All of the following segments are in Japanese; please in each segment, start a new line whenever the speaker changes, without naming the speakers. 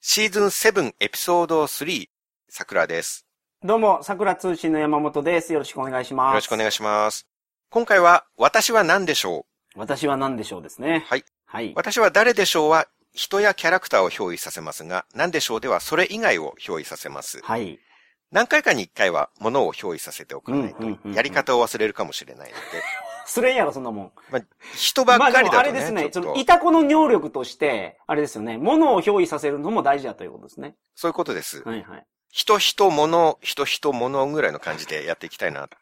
シーズン7エピソード3、桜です。
どうも、桜通信の山本です。よろしくお願いします。
よろしくお願
い
いします。今回は、私は何でしょ
私は何でしょうです
う
ね。
はい。
はい。
私は誰でしょうは、人やキャラクターを憑依させますが、何でしょうではそれ以外を憑依させます。
はい。
何回かに1回は物を憑依させておかないと
うんうんうんう、ん
やり方を忘れるかもしれないので、
すれんやろ、そんなもん。
まあ、人ばっかり
ま
だ
あで
と
もあれです
ね、
ね、
ち
そ
ょっと
の、いたこの能力として、あれですよね、物を憑依させるのも大事だということですね。
そういうことです。
はいはい。
人人物、人人物ぐらいの感じでやっていきたいなと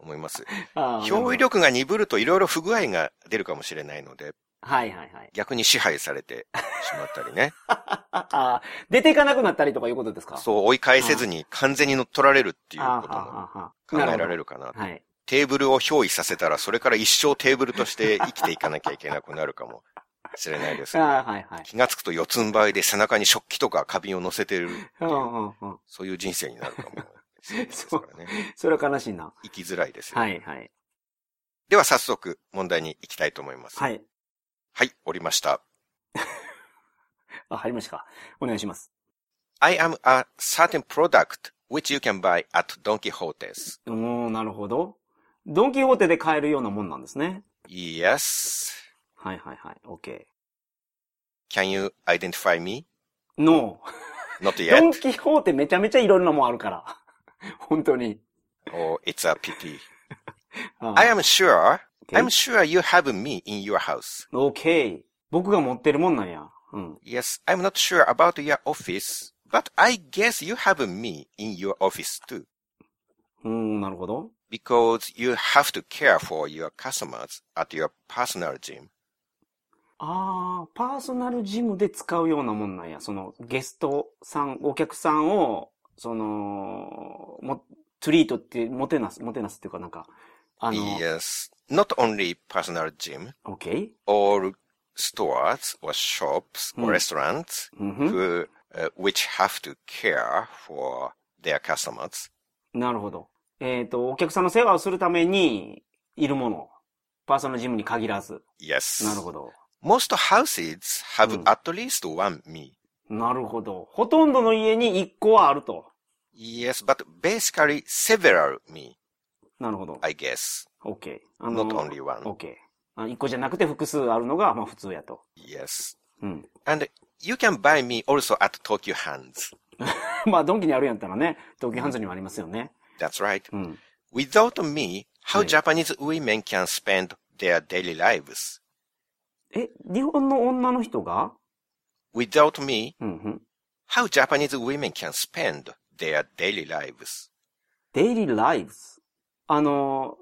思います。
あー
憑依。力が鈍るといろいろ不具合が出るかもしれないので、
はいはいはい。
逆に支配されてしまったり ね。
ああー、出ていかなくなったりとかいうことですかう。
そう追い返せずに完全に乗っ取られるっていうことも
あーは
考
ーはーはー
えられ
る
るかな
ほど。はい。
テーブルを憑依させたら、それから一生テーブルとして生きていかなきゃいけなくなるかもしれないです
あ
ね、
あ、はいはい。
気がつくと四つん這いで背中に食器とか花瓶を乗せてるって
う
い
ん
う、
うんうん。
そういう人生になるかもしれないですからね。
そ れは悲しいな。
生きづらいですよ、
はいはい。
では早速問題に行きたいと思います。。
はいい。
はい、おりました。
あ、入りましたか。お願いします。
I am a certain product which you can buy at Don Quixote's.
おー、なるほど。ドンキホーテで買えるようなもんなんですね。
Yes.
はいはいはい。OK。
Can you identify me?
No.
Not
ド
yet.
ンキホーテめちゃめちゃいろんなもんあるから。 本当に。
Oh, it's a pity.
あ
I am sure,
Ah. Okay.
I'm sure you have me in your house.
OK。僕が持ってるもんなんや。うん。
Yes, I'm not sure about your office, but I guess you have me in your office too.
うーん、なるほど。
Because you have to care for your customers at your personal gym.
あー、パーソナルジムで使うようなもんなんや。その、ゲストさん、お客さんを、その、も、トリートって、もてなす、もてなすっていうかなんか、あの、
Yes, not only personal gym,
OK?
all stores or shops or
Hmm.
restaurants
うんふん
who, uh, which have to care for their customers.
なるほど。えっ、と、お客さんの世話をするために、いるもの。パーソナルジムに限らず。
Yes.
なるほど。
Most houses have
Mm.
at least one me.
なるほど。ほとんどの家に1個はあると。
Yes, but basically several me,
なるほど。
I guess.
OK。あ
Not only one.
OK。あ1個じゃなくて複数あるのが、まあ普通やと。
Yes.
うん。
And you can buy me also at Tokyo Hands.
まあ、ドンキにあるんやったらね、東京ハンズにもありますよね。
That's right.
うん。
Without me, how
Right.
Japanese women can spend their daily lives.
え、日本の女の人が
Without me,
うんうん。
how Japanese women can spend their daily lives.
デイリーライブス。あの、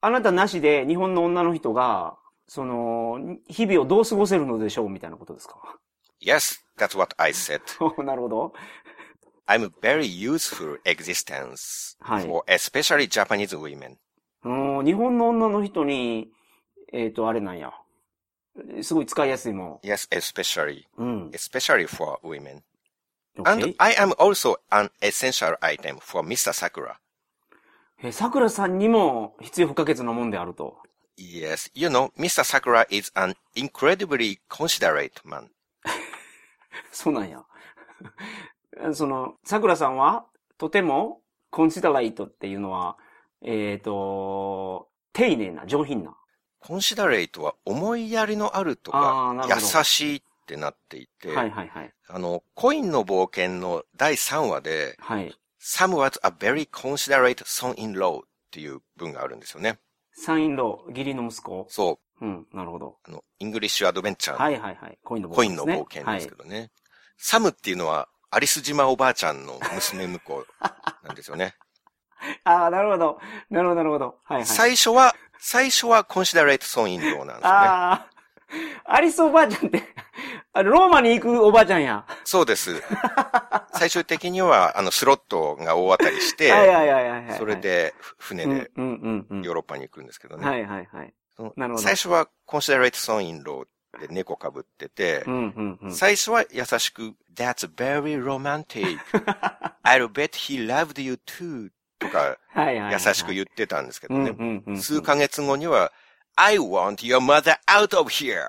あなたなしで日本の女の人が、その、日々をどう過ごせるのでしょうみたいなことですか
Yes, that's what I said.
なるほど。
I'm very useful existence
Hi.
for especially Japanese women.
うん日本の女の人に、えっ、と、あれなんや。すごい使いやすいも
Yes, especially,
ん。うん。
especially for women. And
OK?
I am also an essential item for Mr. Sakura.
え、桜さんにも必要不可欠なもんであると。
Yes, you know, Mr. Sakura is an incredibly considerate man.
そうなんや。 その、桜さんは、とても、コンシダライトっていうのは、えっ、と、丁寧な、上品な。
considerate は思いやりのあると
あー
か
な、るほど
優しいってなっていて、
はいはいはい。
あの、コインの冒険の第3話で、
はい。
Sam was a very considerate son-in-law っていう文があるんですよね。
サインロー、義理の息子。
そう、
うん、なるほど。
あの、イングリッシュアドベンチャーの
はいはいはい。コインの冒
コイ
険
ンの
ですね。
冒険ですけ
は
どね。サムっていうのは、アリス島おばあちゃんの娘婿なんですよね。
い。ああ、なるほど。なるほど、なるほど。はいはい。
最初は、最初はコンシダレートソンインドなんですね。
ああ、アリスおばあちゃんって、あれローマに行くおばあちゃんや。
そうです。最終的には、あの、スロットが大当たりし
はい
て、
はいはいはいはい。
それ、で、ふ船で
うんうんうんうん。
ヨーロッパに行くんですけどね。
はいはいはい。
その
なるほど
最初はコンシダレートソンインドで猫かぶってて
う、んうんうん。
最初は優しく、That's very romantic. I'll bet he loved you too. とか、
はいはいはい。
優しく言ってたんですけど
うんう
ね。
んうん。
数ヶ月後には、I want your mother out of here.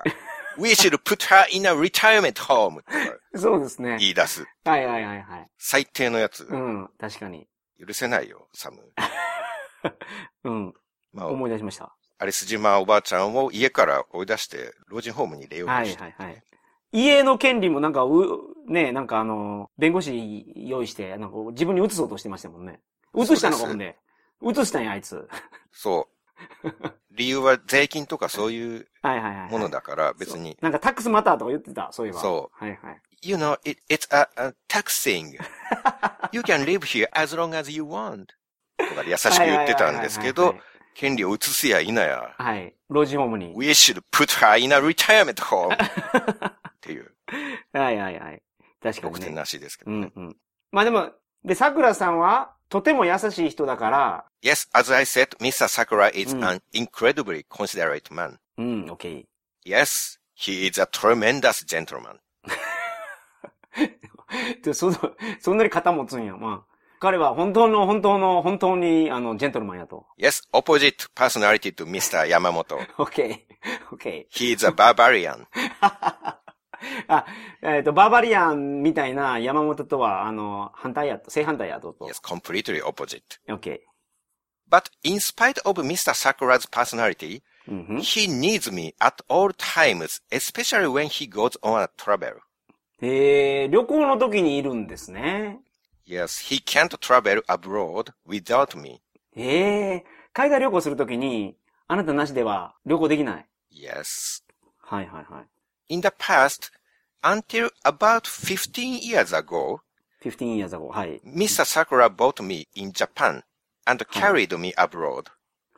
We should put her in a retirement home. とか
そうですね。
言い出す。
はいはいはいはい。
最低のやつ
う。ん、確かに。
許せないよ、サ ム。
うん、
まあ、
思い出しました。
アリス島おばあちゃんを家から追い出して、老人ホームに入れよう
は
と
い
して、
はいはい。家の権利もなんか、う、ね、なんかあの、弁護士用意して、なんか自分に移そうとしてましたもんね。移したのかもね。移したんや、あいつ。
そう。理由は税金とかそういう
はいはいはい。
ものだから、別
そ
に
う。なんかタックスマターとか言ってた、そういえば。。
そう
はいはい。
You know, it, it's a, a taxing. You can live here as long as you want. とかで優しく言ってたんですけ
はい
ど
はい、
権利を移すや否や、
はいはいはい。はい。老人ホームに。
We should put her in a retirement home! っていう、
はいはいはい。確か
得
に
点
ね。
なしですけど
う
ね。
んうん。まあでも、で、桜さんは、とても優しい人だから、
Yes, as I said, Mr. Sakura is
うん
an incredibly considerate man.
うん、OK。
Yes, he is a tremendous gentleman.
で、その、そんなに肩持つんや。まあ。彼は本当の、本当の、本当に、あの、ジェントルマンやと。
Yes, opposite personality to Mr. Yamamoto.
OK。OK。
He is a barbarian.
あ、えっ、と、バーバリアンみたいな山本とは、あの、反対やと、正反対やとと。
Yes, completely opposite.
OK。
But in spite of Mr. Sakura's personality,
うんふん。
he needs me at all times, especially when he goes on a travel.
えー、旅行の時にいるんですね。
Yes, he can't travel abroad without me.
えー、海外旅行する時に、あなたなしでは旅行できない。
Yes.
はいはいはい。
In the past, until about 15 years ago,
15 years ago. はい。
Mr. Sakura bought me in Japan and carried me abroad.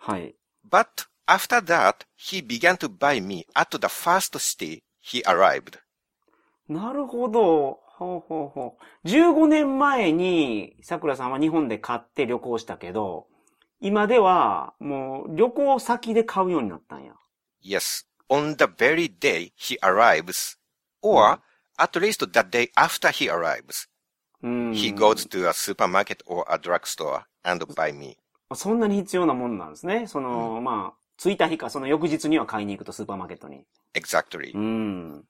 はい。
But after that, he began to buy me at the first city he arrived.
なるほど。ほうほうほう。15年前に、桜さんは日本で買って旅行したけど、今では、もう、旅行先で買うようになったんや。
Yes, on the very day he arrives, or at least the day after he arrives,
うん。
he goes to a supermarket or a drugstore and buy me.
そんなに必要なもんなんですね。その、まあ、着いた日か、その翌日には買いに行くと、スーパーマーケットに。
Exactly.
うん。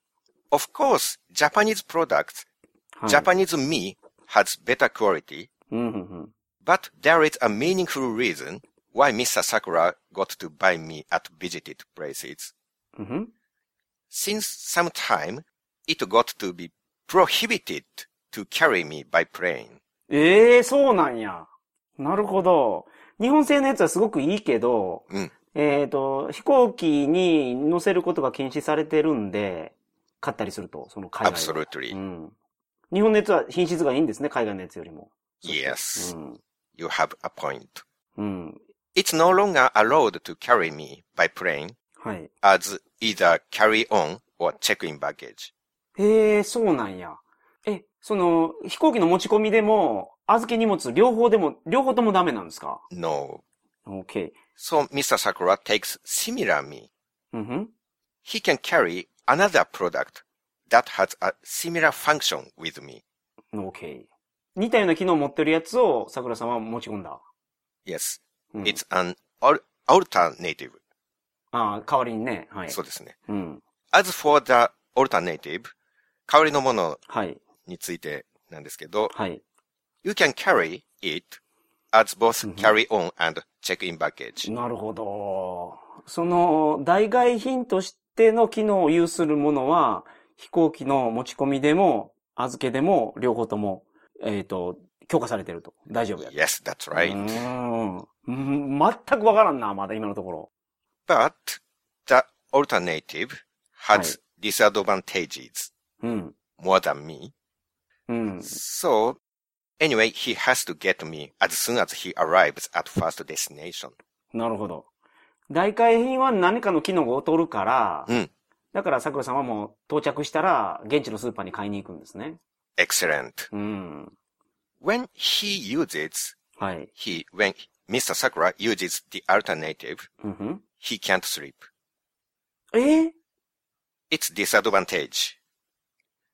Of course, Japanese products,
はい。
Japanese me has better quality,
うんうんうん。
but there is a meaningful reason why Mr. Sakura got to buy me at visited places.
うんふん
Since some time, it got to be prohibited to carry me by plane.
ええそうなんや。なるほど。日本製のやつはすごくいいけど、
うん
えっ、と、飛行機に乗せることが禁止されてるんで、買ったりすると、その海外は。
Absolutely.
うん。日本のやつは品質がいいんですね、海外のやつよりも。
Yes,
うん。
you have a point.
うん。
It's no longer allowed to carry me by plane
はい。
as either carry-on or check-in baggage.
ええそうなんや。え、その、飛行機の持ち込みでも、預け荷物、両方でも、両方ともダメなんですか
No.
?OK。
So Mr. Sakura takes similar me.
うんふん。
He can carry another product that has a similar function with me.
OK。似たような機能を持ってるやつを桜さんは持ち込んだ。
Yes,
うん
it's an al- alternative.
ああ、代わりにね。はい。
そうですね。
うん。
As for the alternative, 香りのもの
はい。
についてなんですけど、
はい。
you can carry it as both
うんうん
carry-on and check-in baggage.
なるほど。その、代替品としての機能を有するものは、飛行機の持ち込みでも、預けでも、両方とも、えっ、と、許可されてると。大丈夫やと。
Yes, that's right.
うーんうん。全くわからんな、まだ今のところ。
But the alternative has
はい
disadvantages
うん。
more than me.
うん。
So anyway, he has to get me as soon as he arrives at first destination.
なるほど。代替品は何かの機能が劣るから、
うん
だから桜さんはもう到着したら、現地のスーパーに買いに行くんですね。
Excellent.
うん。
When he uses,
はい。
he, when Mr. Sakura uses the alternative,
うんふん
he can't sleep.
え
It's disadvantage.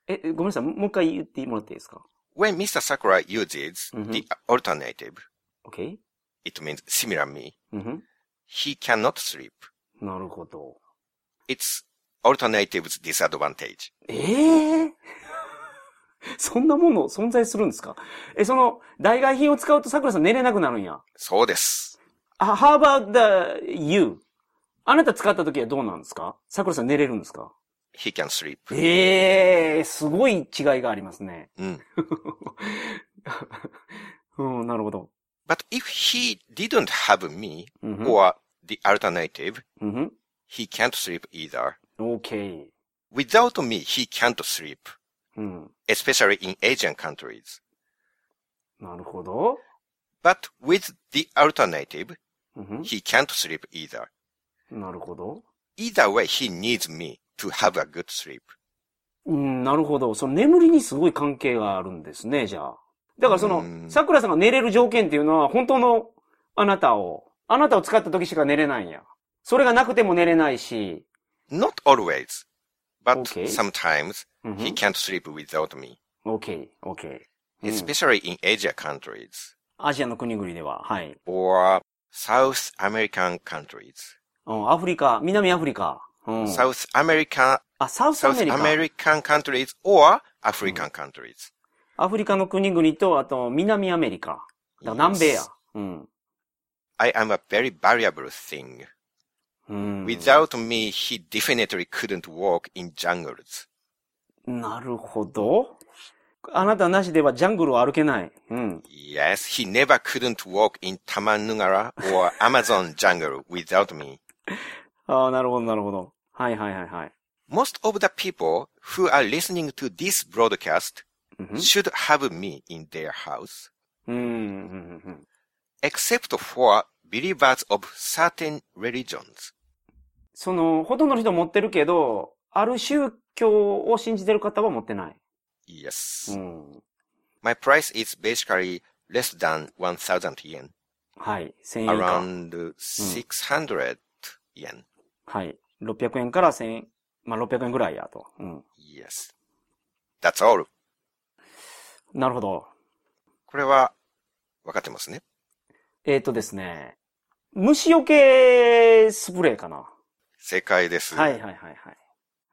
え、ごめんなさい。ももう一回言ってもらっていいですか
When Mr. Sakura uses
Mhm.
the alternative,
?OK?
it means similar me,
うんふん
he cannot sleep.
なるほど。
It's alternative's disadvantage.
ええ そんなもの存在するんですかえ、その、代替品を使うと桜さん寝れなくなるんや。
そうです。
あ、how about the, you? あなた使った時はどうなんですか桜さん寝れるんですか
he can sleep.
ええすごい違いがありますね。
うん。
うん、なるほど。
But if he didn't have me
うんふん
or the alternative,
うんふん
he can't sleep either.
OK。
Without me, he can't sleep,
うん。
especially in Asian countries.
なるほど。
But with the alternative,
うんふ
he can't sleep either.
んなるほど。
Either way, he needs me to have a good sleep.
うん、なるほど。その眠りにすごい関係があるんですね、じゃあ。だからそ
うん
の、桜さんが寝れる条件っていうのは、本当のあなたを、あなたを使った時しか寝れないんや。それがなくても寝れないし、
Not always, but
Okay.
sometimes
うんふ
he
ん
can't sleep without me,
OK、OK。う
Hmm.
ん
especially in Asia countries
アジアの国々では、はい。
or South American countries.
うんアフリカ、南アフリカ。うん、
South America, Hmm.
あ、サウスア
Hmm. South
メリカ。
American countries or African countries.
アフリカの国々と、あと、南アメリカ。だから南米や
Yes.。
うん。
I am a very variable thing.
うん、
Without me, he definitely couldn't walk in jungles.
なるほど。あなたなしではジャングルを歩けない。うん。
Yes, he never couldn't walk in Tamanungara or Amazon jungle without me.
ああ、なるほど、なるほど。はいはいはいはい。
Most of the people who are listening to this broadcast
うんふん
should have me in their house,
うんうんうんうん
except for believers of certain religions.
その、ほとんどの人持ってるけど、ある宗教を信じてる方は持ってない。
Yes.
うん。
My price is basically less than 1000 yen,
はい。1000円以下。
around 600 yen.
はい。600円から1000円。まあ、600円ぐらいやと。うん。
Yes. That's all.
なるほど。
これは、わかってますね。
えっ、とですね。虫除けスプレーかな。
正解です。
はいはいはいはい。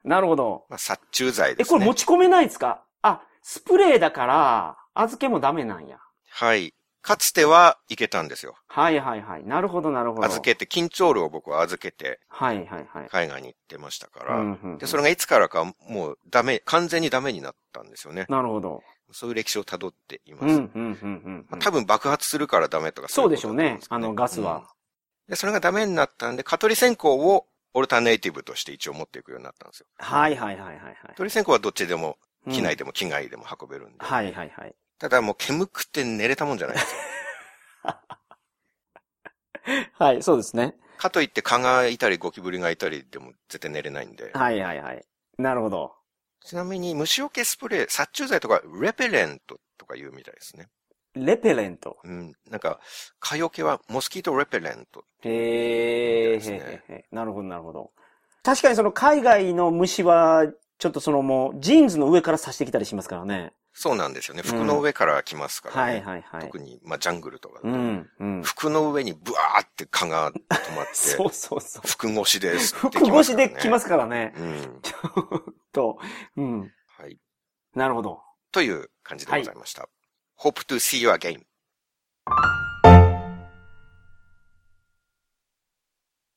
なるほど。
まあ、殺虫剤
え、
です
こ
ね。
れ持ち込めないですかあ、スプレーだから、預けもダメなんや。
はい。かつてはいけたんですよ。
はいはいはい。なるほどなるほど。
預けて、緊張炉を僕は預けて
はいはいはい。
海外に行ってましたか
う
ら、
んうんうん
で、それがいつからかもうダメ、完全にダメになったんですよね。
なるほど。
そういう歴史を辿っています。
うん、うん、うん、うんう
まあ
ん。
多分爆発するからダメとか
そう
い
で
こ
し
と
ょう
だと思ん
ね
で。すけ
あ
ど
の、ガス
うん
は。
で、それがダメになったんで、蚊取り線香をオルタネイティブとして一応持っていくようになったんですよ。
はいはいはいはいはい。
取り線香はどっちでも、機内
で。
でも機外でも運べるんで。
はいはいはい。
ただもう煙くて寝れたもんじゃない です。
はい、そうですね。
かといって蚊がいたりゴキブリがいたりでも絶対寝れないんで。
はいはいはい。なるほど。
ちなみに虫除けスプレー、殺虫剤とかレペレントとか言うみたいですね。
レペレント。
うん。なんか、蚊よけはモスキートレペレント。
へ
みたいです
え
ね、
へーなるほどなるほど。確かにその海外の虫は、ちょっとそのもう、ジーンズの上から刺してきたりしますからね。
そうなんですよね。服の上から来ますから
は
ね。
いはいはい。
特に、まあ、ジャングルとかだと、
うん、うん。
服の上にブワーって蚊が止まっ
そ
て、
うそうそう。
服越しです。
服越しで来ますすからね
か。らね。うん。
と、うん。
はい。
なるほど。
という感じでございました。Hope to see you again.